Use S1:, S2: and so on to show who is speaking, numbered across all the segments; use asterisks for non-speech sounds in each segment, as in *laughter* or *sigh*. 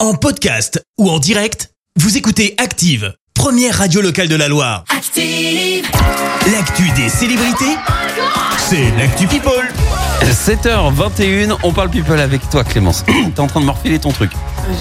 S1: En podcast ou en direct, vous écoutez Active, première radio locale de la Loire.
S2: Active,
S1: L'actu des célébrités, c'est l'actu People.
S3: 7h21, on parle people avec toi
S4: *coughs*
S3: Clémence. T'es en train de me refiler ton truc.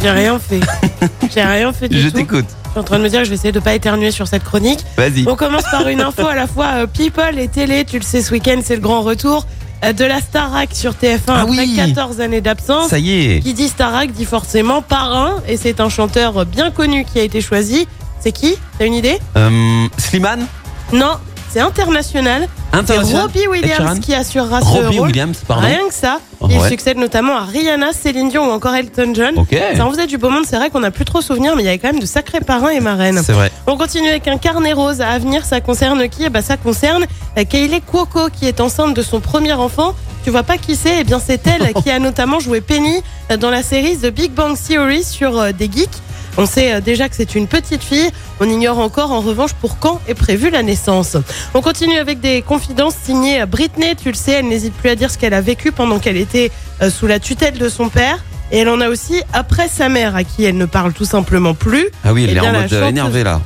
S4: J'ai rien fait.
S3: *laughs*
S4: J'ai rien fait du
S3: Je
S4: tout.
S3: t'écoute.
S4: Je suis en train de me dire que je vais essayer de pas éternuer sur cette chronique.
S3: Vas-y.
S4: On commence par une info à la fois euh, people et télé. Tu le sais, ce week-end, c'est le grand retour euh, de la Starac sur TF1
S3: Ah
S4: après
S3: oui.
S4: 14 années d'absence.
S3: Ça y est.
S4: Qui dit Starac dit forcément parrain. Et c'est un chanteur bien connu qui a été choisi. C'est qui T'as une idée
S3: Euh, Slimane
S4: Non, c'est international. C'est
S3: International
S4: Robbie
S3: Sheeran
S4: Williams qui assurera ce
S3: Robbie
S4: rôle.
S3: Williams, pardon.
S4: Rien que ça.
S3: Oh,
S4: Il
S3: ouais.
S4: succède notamment à Rihanna, Céline Dion ou encore Elton John.
S3: Ok.
S4: Ça en faisait du beau monde, c'est vrai qu'on n'a plus trop souvenir, mais il y avait quand même de sacrés parrains et marraines.
S3: C'est vrai.
S4: On continue avec un carnet rose à avenir. Ça concerne qui Eh ben, ça concerne euh, Kylie Cuoco, qui est enceinte de son premier enfant. Tu vois pas qui c'est Eh bien, c'est elle qui a notamment joué Penny euh, dans la série The Big Bang Theory sur euh, des geeks. On sait euh, déjà que c'est une petite fille. On ignore encore, en revanche, pour quand est prévue la naissance. On continue avec des confidences signées à Britney. Tu le sais, elle n'hésite plus à dire ce qu'elle a vécu pendant qu'elle était euh, sous la tutelle de son père. Et elle en a aussi après sa mère, à qui elle ne parle tout simplement plus.
S3: Ah oui, elle
S4: Eh
S3: est
S4: bien,
S3: en
S4: la
S3: mode euh,
S4: chanteuse-
S3: énervée là.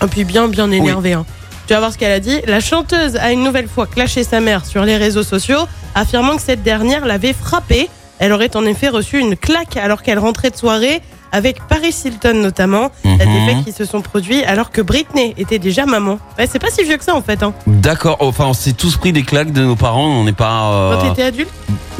S4: Et puis bien, bien énervé. hein. Tu vas voir ce qu'elle a dit. La chanteuse a une nouvelle fois clashé sa mère sur les réseaux sociaux, affirmant que cette dernière l'avait frappée. Elle aurait en effet reçu une claque alors qu'elle rentrait de soirée avec Paris Hilton notamment. Il y a
S3: Mhm.
S4: Des faits qui se sont produits alors que Britney était déjà maman. Ouais, c'est pas si vieux que ça en fait. Hein.
S3: D'accord. Oh, Enfin, on s'est tous pris des claques de nos parents. On n'est pas. euh,
S4: Quand t'étais adulte,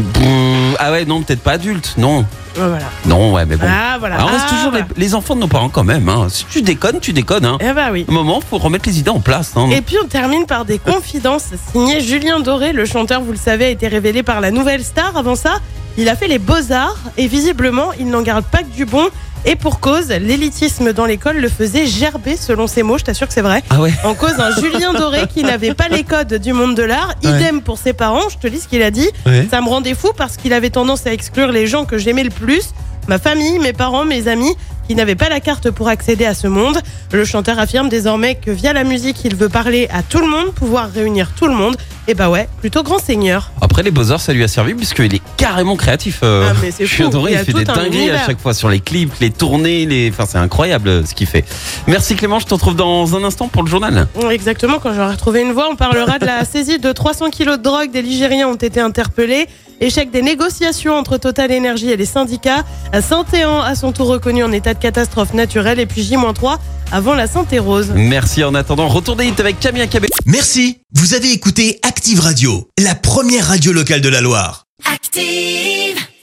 S3: brrr. Ah ouais, non, peut-être pas adulte. Non.
S4: Ouais, voilà.
S3: Non, ouais, mais bon.
S4: Ah voilà.
S3: Ah, on reste
S4: Ah,
S3: toujours les,
S4: voilà.
S3: les enfants de nos parents quand même. hein. Si tu déconnes, tu déconnes. Hein.
S4: Eh bah oui.
S3: Un moment, faut remettre les idées en place. hein.
S4: Et puis on termine
S3: *laughs*
S4: par des confidences signées Julien Doré. Le chanteur, vous le savez, a été révélé par la nouvelle star. Avant ça, il a fait les beaux-arts et visiblement, il n'en garde pas que du bon. Et pour cause, l'élitisme dans l'école le faisait gerber, selon ses mots, je t'assure que c'est vrai.
S3: Ah ouais.
S4: En cause, un Julien Doré qui n'avait pas les codes du monde de l'art.
S3: Ouais.
S4: Idem pour ses parents, je te lis ce qu'il a dit.
S3: Ouais.
S4: Ça me rendait fou parce qu'il avait tendance à exclure les gens que j'aimais le plus, ma famille, mes parents, mes amis, qui n'avaient pas la carte pour accéder à ce monde. Le chanteur affirme désormais que via la musique, il veut parler à tout le monde, pouvoir réunir tout le monde. Et bah ouais, plutôt grand seigneur.
S3: Après, les Beaux-Arts, ça lui a servi puisqu'il est carrément créatif. euh,
S4: Ah, mais c'est
S3: je suis
S4: fou,
S3: adoré,
S4: il
S3: il,
S4: a
S3: fait
S4: tout
S3: des
S4: un
S3: dingueries à
S4: univers.
S3: chaque fois sur les clips, les tournées, les. Enfin, c'est incroyable euh, ce qu'il fait. Merci Clément, je te retrouve dans un instant pour le journal.
S4: Exactement, quand j'aurai retrouvé une voix, on parlera de la saisie de 300 kilos de drogue. Des Ligériens ont été interpellés. Échec des négociations entre Total Energy et les syndicats. Saint-Éan a son tour reconnu en état de catastrophe naturelle. Et puis J-3 avant la Sainte-Rose.
S3: Merci en attendant. Retour des hits avec Camille Cabé.
S1: Merci, vous avez écouté Active Radio, la première radio locale de la Loire.
S2: active.